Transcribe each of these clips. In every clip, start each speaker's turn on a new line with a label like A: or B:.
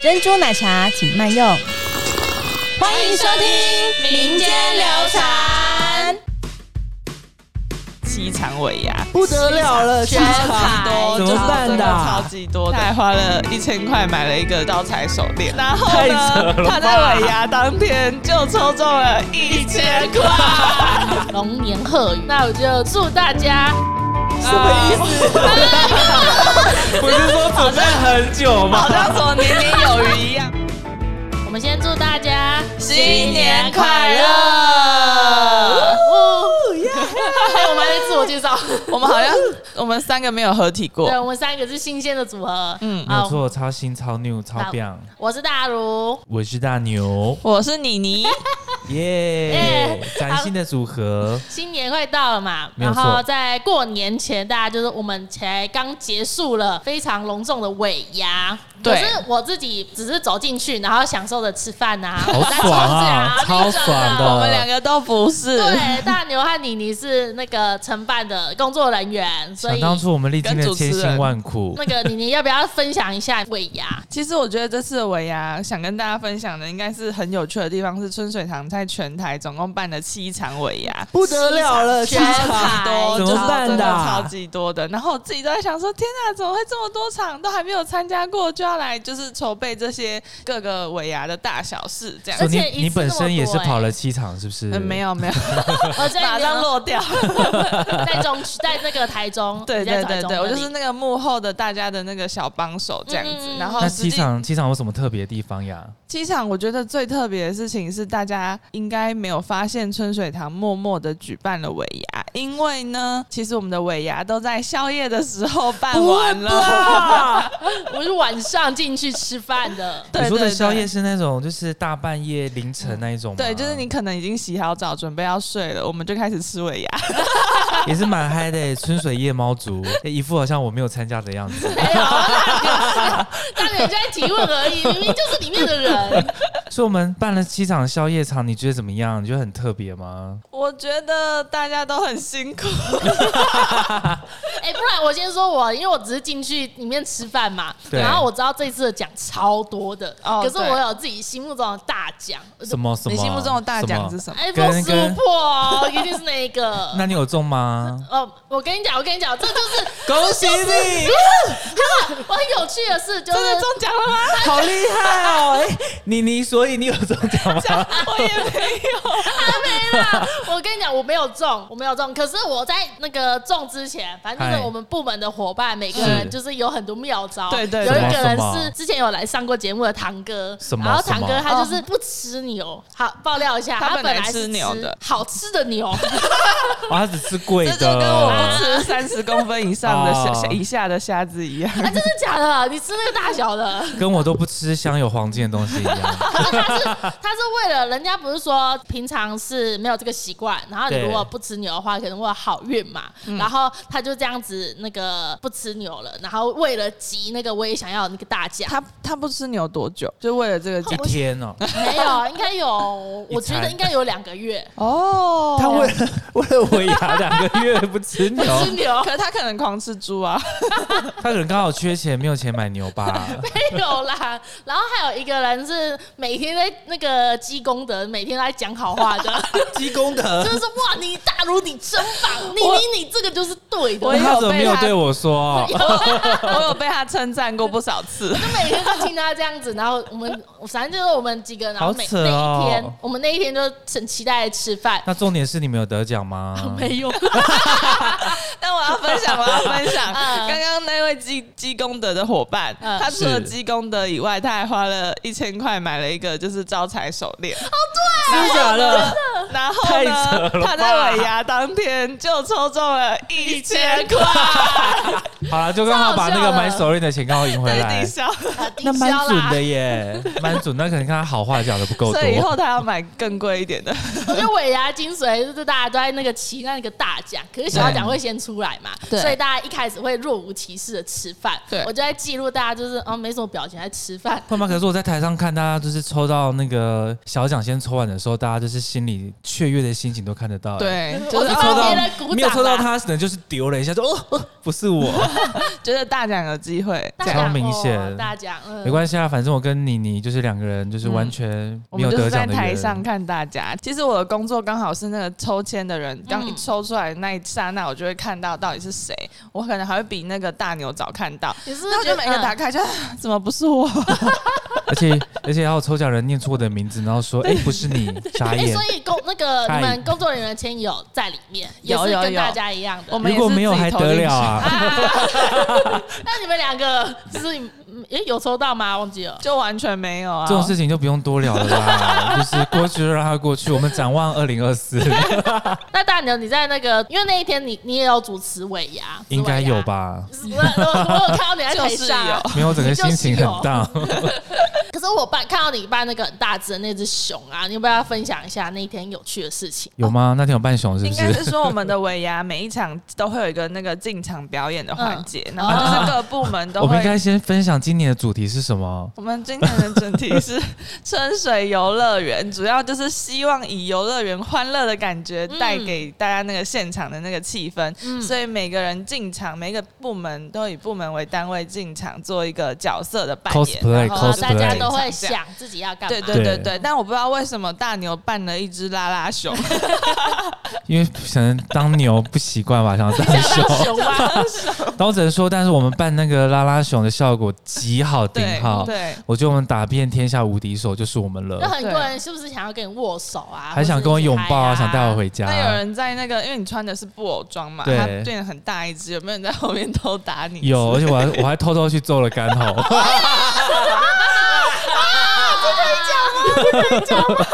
A: 珍珠奶茶请慢用。欢迎收听
B: 民间流
A: 传。
B: 七场尾牙，
C: 不得了了，
B: 非
C: 七
B: 常
C: 场
B: 多，
C: 哦怎么办
B: 真的
C: 的
B: 超
C: 啊？
B: 级多的，他还花了一千块买了一个招财手链，然后呢，他在尾牙当天就抽中了一千 块，
D: 龙年贺语。那我就祝大家
B: 什么意思？
C: 不是说准备很久吗？
B: 好像什么年年有余一样，
D: 我们先祝大家
B: 新年快乐！
D: 哦！ 哎，我们还在自我介绍，
B: 我们好像我们三个没有合体过
D: 对，，我们三个是新鲜的组合。
B: 嗯
D: 嗯，
C: 没有，错，超新、超 new、超棒，
D: 我是大如，
C: 我是大牛，
B: 我是妮 妮，
C: 耶！崭新的组合，
D: 新年快到了嘛，
C: 没有
D: 然
C: 错
D: 后在过年前，大家就是我们才刚结束了非常隆重的尾牙。
B: 对
D: 可是我自己只是走进去，然后享受着吃饭呐、
C: 好 爽啊
D: 在抽奖
C: 超爽的
B: 我们两个都不是，
D: 对，大牛和妮妮是那个承办的工作人员，所
C: 想
D: 以
C: 当初我们历经
B: 跟
C: 了
B: 主持
C: 千辛
B: 人
C: 万苦，
D: 那个妮妮要不要分享一下尾 牙？
B: 其实我觉得这次的尾牙想跟大家分享的，应该是很有趣的地方，是春水堂在全台总共办了七场尾牙，
C: 不得 了了，
D: 七
C: 七
D: 场
C: 场
B: 多
C: 怎么办的
B: 真超级多的。然后我自己都在想说，天啊，怎么会这么多场都还没有参加过，就要来就是筹备这些各个尾牙的大小事这样
C: 所
D: 而
C: 以
D: 且一次
C: 你你本
D: 那么多
C: 身也是
D: 欸
C: 跑了七场，是不是？
B: 嗯，没，有没有，
D: 我在
B: 马上落掉。
D: 在中区，在那个台中，
B: 对
D: 你在
B: 对
D: 台
B: 对
D: 中
B: 对，
D: 那
B: 我
D: 里
B: 就是那个幕后的大家的那个小帮手这样子。
D: 嗯嗯嗯
B: 然后
C: 那
B: 哦实
C: 七
B: 际
C: 场七场有什么特别的地方呀？
B: 机场，我觉得最特别的事情是，大家应该没有发现春水堂默默的举办了尾牙，因为呢，其实我们的尾牙都在宵夜的时候办完了。
D: 我是晚上进去吃饭的。
B: 对
C: 你说的
B: 对对
C: 宵夜是那种就是大半夜凌晨那 一种吗？
B: 对，就是你可能已经洗好澡，准备要睡了，我们就开始吃尾牙。
C: 也是蛮嗨的欸，春水夜猫族，欸一副好像我没有参加的样子。
D: 哎呀，大牛就在提问而已，明明就是里面的人。
C: 所以我们办了七场宵夜场，你觉得怎么样？你觉得很特别吗？
B: 我觉得大家都很辛 苦，
D: 哎，不然我先说我，因为我只是进去里面吃饭嘛，
C: 对
D: 然后我知道这次的奖超多的，
B: 哦
D: 可是
B: 对
D: 我有自己心目中的大奖。哎
C: 什么什么？
B: 你心目中的大奖是
C: 么？
B: 什么？
D: iPhone
C: 跟
D: 十五
C: 跟
D: Pro 哦一定是那一个。
C: 那你有中吗？
D: 哦，我跟你讲，我跟你讲，这就是
C: 恭喜你，
D: 我很有趣的事，就
B: 真的
D: 是
B: 中奖了吗？
C: 好厉害哦！哎，妮妮，所 以你有中奖吗？
B: 我也没有。
D: 我跟你讲，我没有中，我没有中。可是我在那个中之前，反正就是
C: 嗨
D: 我们部门的伙伴，每个人
C: 是
D: 就是有很多妙招。
B: 对对
D: 有
B: 对
D: 一个
C: 什
D: 人
C: 么
D: 是之前有来上过节目的堂哥
C: 什，么
D: 然后堂
C: 什
D: 哥
C: 么
D: 他就是不吃牛。好，爆料一下，
B: 哦他
D: 他
B: 本
D: 本
B: 来
D: 来是
B: 吃牛的
D: 好吃的牛。
C: 哇，他只吃 贵
B: 这就跟我
C: 的。
B: 不吃三十公分以上的虾、
C: 哦
B: 以下的虾子一样。
D: 啊，真的假的？你吃那个大小的？
C: 跟我都不吃镶有黄金的东西一样，
D: 可是他是他是为了人家不是说平常是没有这个习惯，然后你
C: 对
D: 如果不吃牛的话，可能会有好运嘛。
B: 嗯
D: 然后他就这样子那个不吃牛了，然后为了集那个我也想要那个大 奖，
B: 他他不吃牛多久？就为了这个
C: 一
B: 奖
C: 天哦。
D: 没有，应该 有，
C: 一
D: 我觉得
C: 餐
D: 应该有两个月
B: 哦。
C: 他为了为了尾牙两个月不吃牛，
D: 吃牛
B: 可是他可能狂吃猪啊，
C: 他可能刚好缺钱，没有钱买牛吧？
D: 没有啦。然后还有一个人是每天在那个积功德，每天都在讲好话 的，
C: 积功德
D: 就是说哇，你大如你真棒，你你你这个就是对的。
B: 我
C: 那
B: 也
C: 他
B: 有
C: 怎么
B: 被
C: 没有
B: 他
C: 对我说？
B: 我有被他称赞过不少次。
D: 每天哎就听他这样子，然后我们 反正就是我们几个，然后每、
C: 好扯哦
D: 那一天，我们那一天就很期待地吃 饭。
C: 那重点是你们有得奖吗？
D: 没有，
B: 但我要分享，我要分享，
D: 嗯
B: 刚刚那位积积功德的伙伴，
D: 嗯
B: 他除了
C: 是
B: 积功德以外，他还花了一千块买了一个就是招财手链。
D: 哦
C: 真的假的？
B: 然后
C: 太扯
B: 呢
C: 了，吧
B: 他在尾牙当天就抽中了一千块，
C: 好了，就刚好把那个买手链的钱刚好赢回
B: 在
C: 来
B: 抵，消。
D: 啊抵
C: 那蛮
D: 消
C: 准
D: 啦
C: 的。耶，蛮准。那可能看他好话讲的不够
B: 所以以
C: 多，
B: 后他要买更贵一点 的。
D: 我觉得尾牙精髓就是大家都在那个期待那个大奖，可是小奖会先出来嘛，
B: 对
D: 所以大家一开始会若无其事的吃饭。
B: 对
D: 我就在记录大家就是哦没什么表情在吃饭，
C: 会吗？可是我在台上看大家就是抽到那个小奖先抽完的时候，大家就是心里雀跃的心情都看得到、哎，
B: 对，啊就
D: 我
B: 是
C: 一
D: 是
C: 抽
D: 帮别人鼓
C: 到没有
D: 掌
C: 抽到
D: 啦
C: 他，可能就是丢了一下，就哦， 不是我，
B: 觉得大奖有机会，
D: 大
B: 这
D: 奖
B: 样
C: 超明
D: 哦
C: 显
D: 大奖、嗯
C: 没关系啊，反正我跟妮妮就是两个人，就是完全
B: 嗯我
C: 没
B: 们
C: 有
B: 就是
C: 得
B: 在
C: 奖的
B: 台
C: 人。
B: 上看大家。其实我的工作刚好是那个抽签的人，刚一
D: 嗯
B: 抽出来的那一刹那，我就会看到到底是谁。我可能还会比那个大牛早看到，
D: 你是不
B: 那
D: 是
B: 我就每个打
D: 嗯
B: 开就、啊怎么不是我？
C: 而且而且还有抽奖人念错我的名字，然后说哎、不是你，傻
D: 哎、
C: 眼
D: 所。以工那个
C: 嗨
D: 你们工作人员的签有在里面，也
B: 有
D: 是
B: 有
D: 跟大
B: 有
D: 家一样的。
B: 我们
C: 如果没有还得了啊？
B: 啊
D: 那你们两个就是嗯诶有抽到吗？忘记了。
B: 就完全没有啊！
C: 这种事情就不用多聊 了啦，就是过去就让它过去。我们展望二零二四，
D: 那大牛，你在那个，因为那一天你你也有主持尾牙，
C: 应该有
D: 吧？
C: 吧？
D: 我我有看到你在台
B: 就是
D: 上啊，
B: 有
C: 没有，整个心 情很荡。
D: 可是我办看到你扮那个很大只的那只熊啊，你要不要分享一下那一天有趣的事情？
C: 有吗？那天有扮熊是不
B: 应该
C: 是？
B: 是说我们的尾牙每一场都会有一个那个进场表演的环节，然后就是各部门都
C: 我们应
B: 会。
C: 该先分享今年的主题是什么？
B: 我们今天的主题 是春水游乐园，主要就是希望以游乐园欢乐的感觉带给大家那个现场的那个气氛，所以每个人进场，每个部门都以部门为单位进场做一个角色的扮演。然
C: Cosplay
D: 好
B: 后
D: 啊，
C: cosplay
D: 大家都会想自己要干嘛？
B: 对对对
C: 对
B: 对，但我不知道为什么大牛扮了一只拉拉 熊，
C: 因为可能当牛不习惯吧，想当 熊。
D: 当熊啊，
C: 然后只能说，但是我们扮那个拉拉熊的效果极好，顶
B: 对
C: 好。
B: 对，
C: 我觉得我们打遍天下无敌手就是我们
D: 那
C: 了，
D: 很多人是不是想要跟你握手啊？
C: 还想跟我拥抱啊，
D: 或是一起嗨
C: 想带我回家。
B: 那有人在那个，因为你穿的是布偶装嘛，
C: 对
B: 它变得很大一只，有没有人在后面偷打你？
C: 有，而且我还我还偷偷去揍了干吼。
D: 那
C: 不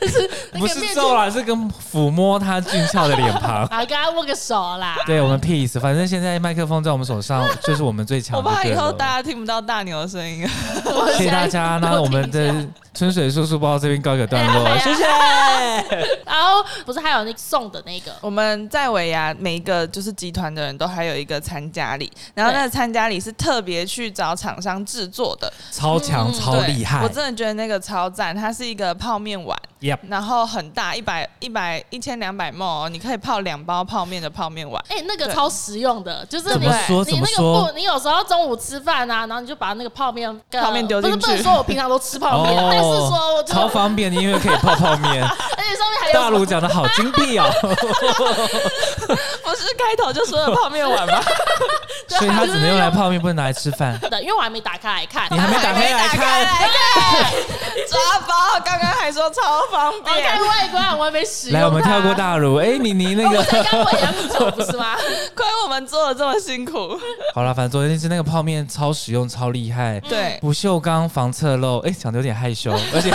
D: 个
C: 是
D: 面具。
C: 揍啦，是跟抚摸他俊俏的脸庞
D: 啊，跟他握个手啦。
C: 对我们 peace，反正现在麦克风在我们手上，就是我们最强
B: 我
C: 的。
B: 怕以后大家听不到大牛的声 音。
D: 我
C: 谢谢大
D: 现在
C: 家，
D: 都
C: 那我们
D: 停一下哎
C: 的春水叔叔包这边告一个段 落，谢谢。
D: 然后不是还有那个送的那个，
B: 我们在尾牙每一个就是集团的人都还有一个参加礼，然后那个参加礼是特别去找厂商制作的，
C: 超强，
D: 嗯
C: 超
B: 对
C: 厉害
B: 我真的觉得那个超赞，它是一个泡面碗，
C: ，Yep，
B: 然后很大，一百一百一千两百沫，你可以泡两包泡面的泡面碗。
D: 哎、那个
B: 对
D: 超实用的，就是
C: 怎
D: 你
C: 么说
D: 你
C: 怎么
D: 那个
C: 说
D: 不，你有时候中午吃饭啊，然后你就把那个泡面跟
B: 泡面丢进去
D: 不是不能说我平常都吃泡面，但是说我就
C: 哦超方便的，因为可以泡泡面。
D: 而且上面还有
C: 大陆讲的好精辟哦，
B: 不是开头就说的泡面碗吗？
C: 所以它只能用来泡面，不能拿来吃饭。
D: 的，因为我还没打开来看。
C: 你 还没打开来看，
B: 抓包，刚刚还说超方
D: 哦我
B: 便
D: 看。外观，我还没使用。
C: 来，我们跳过。大陆。哎，你你那
D: 我
C: 个
D: 在刚我也不错，不是 吗？
B: 亏我们做的这么辛苦，
C: 好了，反正昨天是那个泡面超实用，超厉害。
B: 对，
C: 不锈钢防侧漏，哎，讲的有点害羞，而且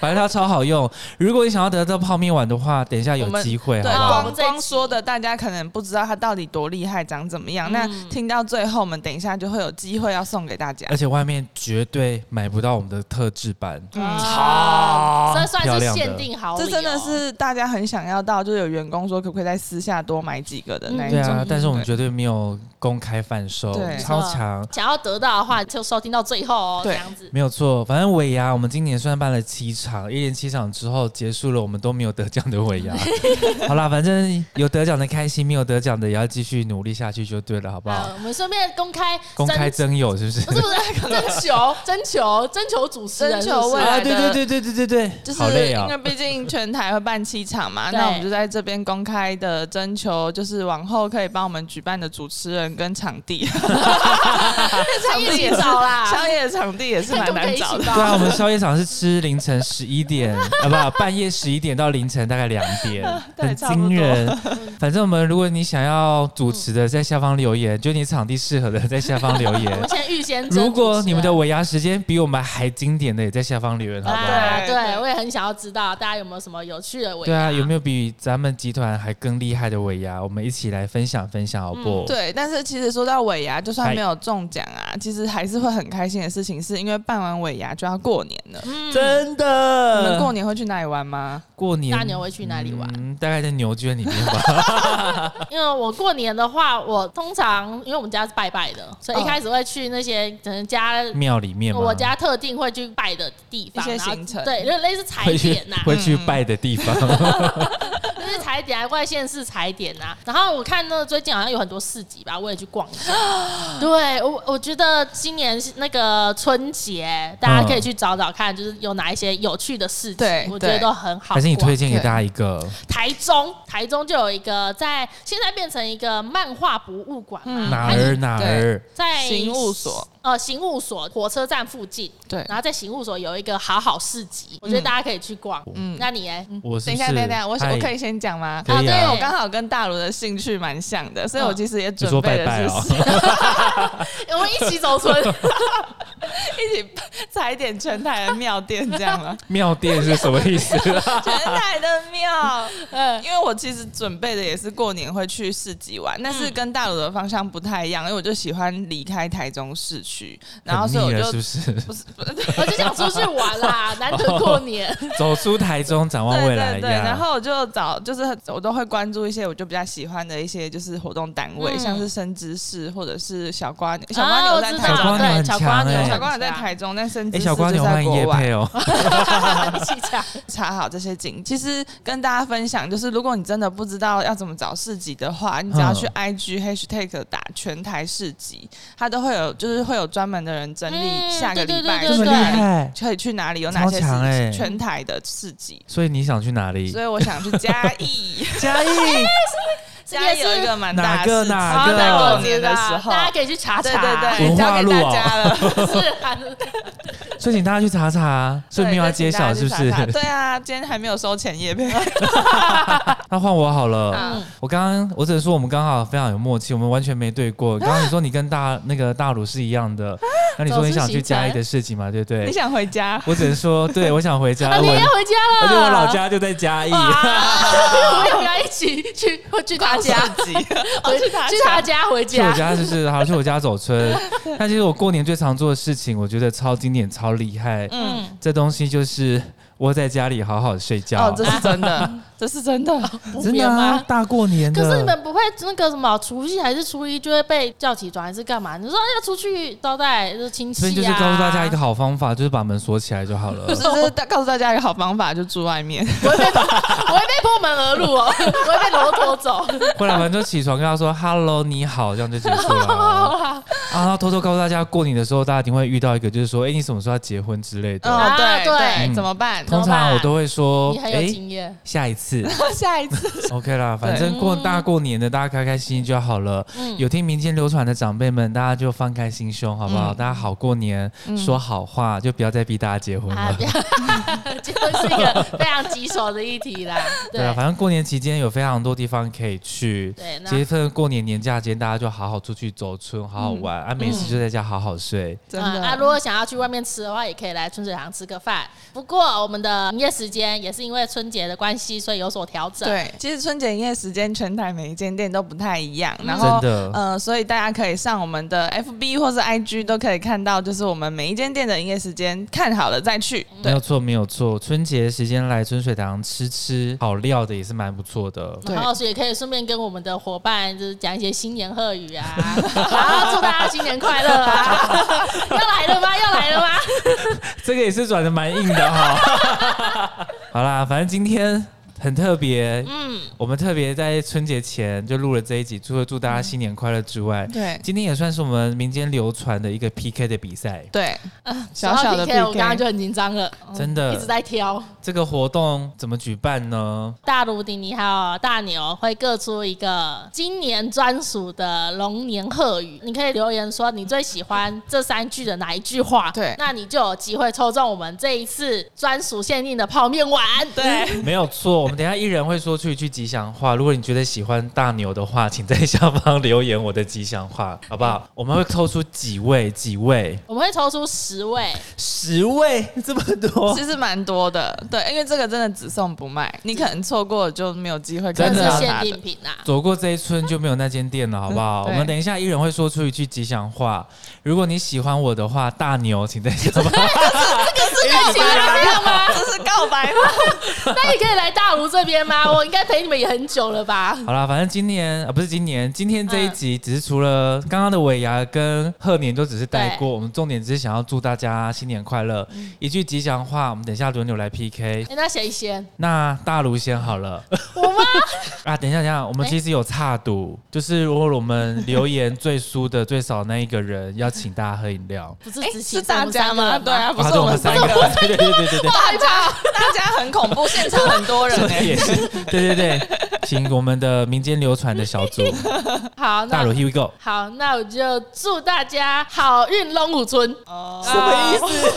C: 反正它超好用。如果你想要得到泡面碗的话，等一下有
B: 我们
C: 机会，
B: 对，
C: 好不
D: 我
C: 好
D: 们
B: 光？
D: 这一集
B: 光说的大家可能不知道它到底多厉害，长怎么
C: 嗯
B: 样。那听到最后，我们等一下就会有机会要送给大家
C: 而。且外面绝对买不到我们的特制版，
B: 嗯
D: 啊这算
C: 嗯漂
D: 是
C: 亮的
D: 限定好礼哦，
B: 这真的是大家很想要到，就有员工说可不可以在私下多买几个的那一
C: 对
B: 种。
C: 啊，但是我们
B: 对
C: 绝对没有公开贩售，
B: 对
C: 超强。
D: 想要得到的话，就收听到最后哦，这
B: 对
D: 样子。
C: 没有错，反正尾牙我们今年虽然办了七场，一连七场之后结束了，我们都没有得奖的尾牙。好啦，反正有得奖的开心，没有得奖的也要继续努力下去就对了，好不好？
D: 好，嗯我们顺便公开
C: 公开
D: 征，
C: 征友是不是？
D: 不是不是征求征求征求主持人，
B: 征求
D: 是不是
B: 未来
C: 啊，
B: 的
C: 对对对对对对对，
B: 就是
C: 好累
B: 因为
C: 哦。
B: 毕竟全台会办七场 嘛，
D: 对
B: 那我们就在这边公开的征求，就是往后可以帮我们举办的主持人跟场地，
D: 他一起找啦，
B: 宵夜的场地也是蛮难找的。
C: 对啊，我们宵夜场是吃凌晨十一点，啊不，半夜十一点到凌晨大概两点，
B: 对
C: 很
B: 差不多
C: 惊人。反正我们如果你想要主持的，在下方留言；，就你场地适合的，在下方留
D: 我
C: 言
D: 们。先预先征
C: 如果你们
D: 主
C: 的
D: 持人
C: 尾牙时间比我们还经典的，也在下方留言，好不好？
D: 啊，
B: 对
D: 对
B: 对
D: 我也很想要知道大家有没有什么有趣的尾
C: 对啊，
D: 牙
C: 有没有比咱们集团还更厉害的尾牙？我们一起来分享分享，好不好？
B: 嗯对，但是其实说到尾牙，就算没有中奖啊，其实还是会很开心的事情，是因为办完尾牙就要过年了。
D: 嗯
C: 真
B: 你们
C: 的。
B: 过年会去哪里玩吗？
C: 过年
D: 大牛会去哪里玩
C: 嗯，大概在牛圈里面吧。
D: 因为我过年的话，我通常因为我们家是拜拜的，所以一
B: 哦
D: 开始会去那些可能家
C: 庙里面吗？啊
D: 我家特定会去拜的地方，
B: 一些
D: 然后
B: 行程
D: 对，就类是踩
C: 会去
D: 点呐、
C: 会去拜的地方，
B: 嗯
D: 就是踩点啊，外县市踩点呐、然后我看那个最近好像有很多市集吧，我也去逛一下。 对我，我觉得今年是那个春节，大家可以去找找看，就是有哪一些有趣的市集
B: 对，
D: 我觉得
B: 对
D: 都很好逛。
C: 还是你推荐给大家一个
D: 台中，台中就有一个在现在变成一个漫画博物馆嘛，
B: 嗯
C: 哪
D: 它
C: 儿哪儿？
D: 在
B: 刑务所，
D: 呃，刑务所火车站附近，
B: 对
D: 然后在刑务所有一个好好市集，我觉得大家可以去逛。
C: 哦
D: 嗯，那你哎，
C: 我是
B: 等
C: 不
B: 一
C: 是
B: 下，等一下，我
C: 太
B: 我可以先讲吗？
C: 可以
B: 因
C: 啊
B: 为我刚好跟大卢的兴趣蛮像的，所以我其实也
C: 就
B: 准
C: 说
B: 备
C: 拜
B: 的
C: 拜
B: 是
C: 哦，？
D: 我们一起走村，
B: 一起 踩点全台的庙店，这样吗
C: 庙店是什么意思？
B: 全台的庙，
D: 嗯，
B: 因为我其实准备的也是过年会去市集玩，但
D: 嗯
B: 是跟大鲁的方向不太一样，因为我就喜欢离开台中市区， 然后
C: 很
B: 所以我
C: 腻了
B: 就是
C: 不是？
B: 不是不 是
D: 我就想出去玩 啦，难得过年，
C: 走出台中，展望
B: 对
C: 未来
B: 对对，
C: 呀
B: 然后我就找，就是我都会关注一些我就比较喜欢的一些就是活动单位，
D: 嗯
B: 像是生知市或者是小瓜牛，小瓜
D: 啊，
B: 牛
D: 我
B: 在
D: 知
B: 台中，
D: 道，啊对，小瓜牛
C: 很强
D: 很
C: 欸
D: 强，
B: 小瓜牛在台中，但生知
C: 哎，
B: 市
C: 小瓜
B: 就
C: 牛
B: 在
C: 欢迎
B: 国
C: 叶
B: 外
C: 配。哦，
D: 一起讲，
B: 查好这些景，其实跟大家分享，就是如果你真的不知道要怎么找市集的话，你只
C: 嗯
B: 要去 IG hashtag 打全台市集，它都会有，就是会有专门的人整理
D: 嗯
B: 下个礼拜
D: 对
C: 这
D: 对
C: 么
D: 对
B: 去
C: 厉
B: 哪里
C: 害。
B: 可以去哪里，有哪些市
C: 超强欸
B: 集，全台的市集。
C: 所以你想去哪里
B: 所？以我想去嘉义，
C: 欸 嘉义
B: 嘉义有一个蛮大的
C: 哪个
B: 市集，
C: 哪
D: 好，
C: 个
B: 在
D: 那
B: 过
D: 我
B: 年
D: 知
B: 的
D: 道
B: 时，候，
D: 啊大家可以去查
B: 对
D: 查，
B: 对
C: 文
B: 对，
C: 化
B: 交
C: 路
B: 给
C: 啊
B: 大家了，
D: 是啊，
C: 所以请大家去查查，所以没有要揭晓，是不
B: 对
C: 是
B: 大家去查？查对啊，今天还没有收钱叶配，
C: 那换我好了。
B: 嗯
C: 我刚刚我只能说我们刚好非常有默契，我们完全没对 过。刚刚你说你跟大那个大鲁是一样
D: 啊
C: 的，那你说你想去嘉义的事情嘛，对 不
B: 你
C: 对？
B: 想回家？
C: 我只能说，对我想回家，
D: 啊，
C: 而
D: 你
C: 我
D: 也要回家了，
C: 而且我老家就在嘉义。
D: 哇，我要不要一起去？会去他家，
B: 市集，
D: 回
B: 哦去他
D: 去他家回
C: 去我
D: 家，
C: 家就是好，去我家走村。 那其实我过年最常做的事情，我觉得超经典、超厉害。
B: 嗯。
C: 这东西就是窝在家里好好睡觉。
B: 哦，这是真的， 哦这是真的。
D: 不
C: 真的
D: 编
C: 啊
D: 吗？，
C: 大过年的。
D: 可是你们不会那个什么除夕还是初一就会被叫起床，还是干嘛？你说要出去招待就是亲戚、
C: 所
D: 啊，
C: 以就是告诉大家一 个好方法，就是把门锁起来就好
B: 不
C: 了
B: 是，。 这是告诉大家一个好方法，就住外 面。
D: 不会被不会被破门而入哦， 不会被楼拖 走。
C: 不然我们就起床跟他说 “hello，你好”，这样就结束 了。啊，然后偷偷告诉大家，过年的时候大家一定会遇到一个，就是说，哎，你什么时候要结婚之类的。
B: 哦，对
D: 啊对
C: 嗯
B: 对，怎么办？
D: 怎
C: 通
D: 么
C: 常
D: 办
C: 我都会说
D: 你，很有
C: 哎，
D: 经验，
C: 下一次
B: 下一 次，
C: ，OK 啦，反正过
D: 嗯
C: 大过年的，大家开开心心就好了。
D: 嗯，
C: 有听民间流传的长辈们，大家就放开心胸，好不好？
B: 嗯
C: 大家好过年，说好话，就不要再逼大家结婚
D: 嗯 啊
C: 了。，
D: 就是一个非常棘手的议题 啦。
C: 对啊，
D: 对
C: 反正过年期间有非常多地方可以去。
D: 对，那
C: 其实趁过年年假间，大家就好好出去走村，好好玩、啊，没事就在家好好睡。
B: 真
D: 嗯啊，
B: 的。
D: 如果想要去外面吃的话，也可以来春水堂吃个饭。不过我们的营业时间也是因为春节的关系，所以有所调整。，
B: 对，其实春节营业时间全台每一间店都不太一样，然后
C: 嗯真的
B: 呃，所以大家可以上我们的 FB 或是 IG 都可以看到，就是我们每一间店的营业时间，看好了再去。
C: 没有
B: 对，
C: 错，没有错。春节时间来春水堂吃吃好料的也是蛮不错的。
B: 对
D: 然后也可以顺便跟我们的伙伴就是讲一些新年贺语 啊，然后祝大家新年快乐 啊！要来了吗？要来了吗？
C: 这个也是转的蛮硬 的哈。好啦，反正今天很特别，
D: 嗯，
C: 我们特别在春节前就录了这一集，除了祝大家新年快乐之
D: 嗯
C: 外，
B: 对
C: 今天也算是我们民间流传的一个 PK 的比赛。
B: 对，小嗯小
D: 说到
B: 的
D: PK，我
B: PK
D: 刚刚就很紧张了，嗯
C: 真
D: 一直
C: 的，
D: 在挑。
C: 这个活动怎么举办呢？
D: 大卢迪尼还有大牛会各出一个今年专属的龙年贺语，你可以留言说你最喜欢这三句的哪一句话，
B: 对
D: 那你就有机会抽中我们这一次专属限定的泡面碗。
B: 对，
C: 没有错，我们等一下一人会说出一句吉祥话。如果你觉得喜欢大牛的话，请在下方留言我的吉祥话，好不好？我们会抽出几位，几位，
D: 我们会抽出十位，
C: 十位，这么多，
B: 其实蛮多的。对，因为这个真的只送不卖，你可能错过了就没有机会
C: 真
B: 看
C: 的
D: 这是
B: 到
C: 啊
D: 限
B: 它的
D: 定。品啊！
C: 走过这一村就没有那间店了，好不
B: 嗯
C: 好？我
B: 对
C: 们等一下一人会说出一句吉祥话。如果你喜欢我的话，大牛，请在下方。啊
D: 啊这个喜欢这样吗？
B: 这是告白吗？
D: 那也可以来大湖这边吗？我应该陪你们也很久了吧？
C: 好啦，反正今年啊，不是今年，今天这一集只是除了刚刚的尾牙跟贺年都只是带过，我们重点只是想要祝大家新年快乐。一句吉祥话，我们等一下轮流来 PK。
D: 哎、那谁先？
C: 那大卢先好了
D: 我吗？
C: 啊，等一下，等一下，我们
D: 哎
C: 其实有差赌，就是如果我们留言最输的最少那一个人，要请大家喝饮料。
D: 不是
B: 哎，
D: 只
B: 是
D: 请
B: 大家吗？对啊，不
C: 啊
B: 是
C: 对
B: 我们
C: 三
B: 三
C: 个
B: 个。，
C: 对对对对对对。
B: 大家大家很恐怖，现场很多人
C: 这
B: 哎。
C: 也是，对对对，请我们的民间流传的小组
D: 好，
C: 大
D: 那
C: 鲁 Here we go。
D: 好，那我就祝大家好运龙虎呃村。
B: 哦
D: 什么意思？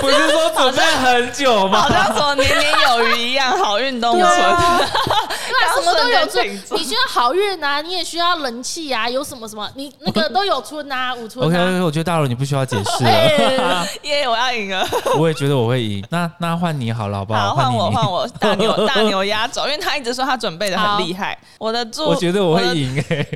C: 不是说准备很久
B: 好
C: 吗？
B: 像什么年年有余一样，好运动村。
D: 对啊，什么都有
B: 当顺便请
D: 出，
B: 坐
D: 你需要好运啊，你也需要人气啊，有什么什么，你那个都有春 啊，五春
C: OK，
D: 啊。
C: OK，我觉得大鲁你不需要解释了
D: 哎，
B: 耶，我要赢了！
C: 我也觉得我会赢。那那换你好了，好不
B: 好，换
C: 你
B: 我，换。我，大 牛，大牛压轴，因为他一直说他准备的很厉害。我的祝，
C: 我觉得我会赢哎、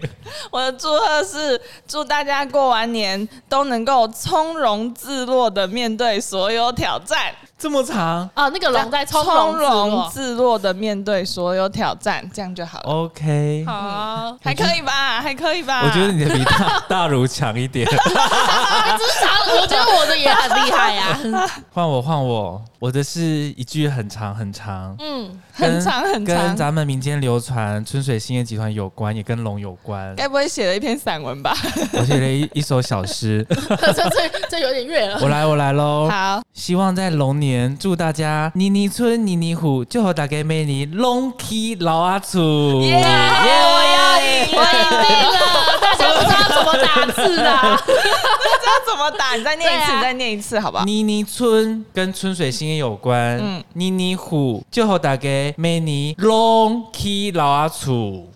B: 我的。我的祝贺是祝大家过完年都能够从容自若的面对所有挑战，
C: 这么长
D: 啊，那个龙在从
B: 从
D: 容
B: 容
D: 自
B: 自若的面对所有挑战，这样就
C: 哦
B: 好了，
C: ，OK
D: 若。。好，
B: 还可以吧，还可以吧。
C: 我觉得你的比大大如强一点。
D: 啊，这是啥？我觉得我的也很厉害啊。
C: 换我，换我，我的是一句很长很长，
D: 嗯，
B: 很长很
C: 跟
B: 长，
C: 咱们民间流传春水兴业集团有关，也跟龙有关。
B: 该不会写了一篇散文吧？
C: 我写了一一首小 诗，
D: 这这这有点越了。
C: 我来，我来喽。
B: 好，
C: 希望在龙年祝大家妮妮村妮妮虎，就和大家每年龙起老阿祖。
B: 耶，我要赢。
D: 我 赢定了， 大家不知道怎么打字啊。
B: 这怎么打？你再念一
D: 对
B: 次，
D: 啊
B: 你再念一次，好不好？
C: 妮妮村跟春水兴业有关，
B: 嗯
C: 妮妮虎就和大家每年龙起老阿祖，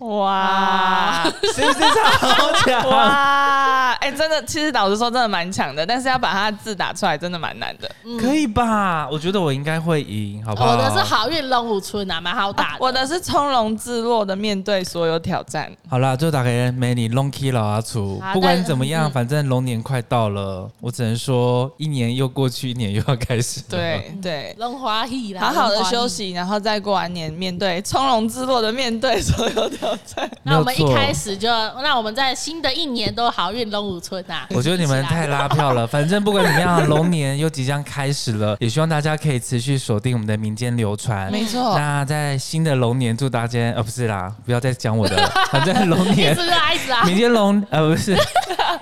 B: 哇
C: 是不是超强？
B: 哇！ 哎、真的，其实老实说，真的蛮强的，但是要把它的字打出来，真的蛮难的。
C: 可以吧？我觉得我应该会赢，好不好？
B: 哦
D: 我的是好运龙虎村啊，蛮好打的。
B: 我的是从容自若的面对所有挑战。
C: 好啦，就打给 Many Long Key 老阿楚
B: 啊
D: 好。
C: 不管
D: 但
C: 怎么样，
D: 嗯
C: 反正龙年快到了，我只能说一年又过去，一年又要开始了。
B: 对对，
D: 龙华喜啦，
B: 好好的
D: 龙华喜
B: 休。息，然后再过完年，面对从容自若的面对所有挑战。
D: 那我们
C: 没有
D: 一
C: 错
D: 开始就，那我们在新的一年都好运龙虎村啊。
C: 我觉得你们 太拉票了，反正不管怎么样，龙年又即将开始了，也希望大家可以持续锁定我们的民间流传。
B: 没错，
C: 那在新的龙年，祝大家呃不是啦，不要再讲我的了，反正龙
D: 一
C: 年
D: 直啊，一直啊。
C: 民间龙呃不 是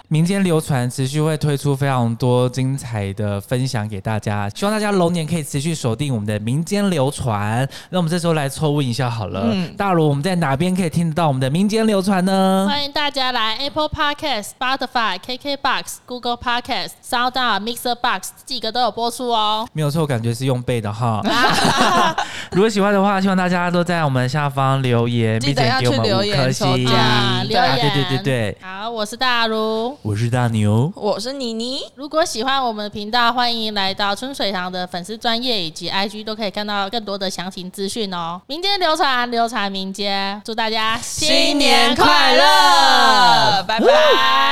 C: 民间流传，持续会推出非常多精彩的分享给大家，希望大家龙年可以持续锁定我们的民间流传。那我们这时候来抽问一下好了，
B: 嗯
C: 大如我们在哪边可以听得到我们的民间流传呢？
D: 欢迎大家来 Apple Podcast、Spotify、KKBox、Google Podcast、Sound On、Mixer Box 这几个都有播出哦。
C: 没有错，感觉是用背 的哈。
B: 啊
C: 如果喜欢的话，希望大家都在我们下方留言，
B: 记
C: 并
B: 得
C: 且
B: 要
C: 给我们
B: 去留
C: 五
B: 言
C: 颗
B: 抽
C: 星
B: 奖
D: 啊，留言，
C: 啊对对对对，
D: 好，我是大如。
C: 我是大牛，
B: 我是妮妮，
D: 如果喜欢我们的频道，欢迎来到春水堂的粉丝专业以及 IG 都可以看到更多的详情资讯哦。民间流传，流传民间，祝大家
B: 拜拜。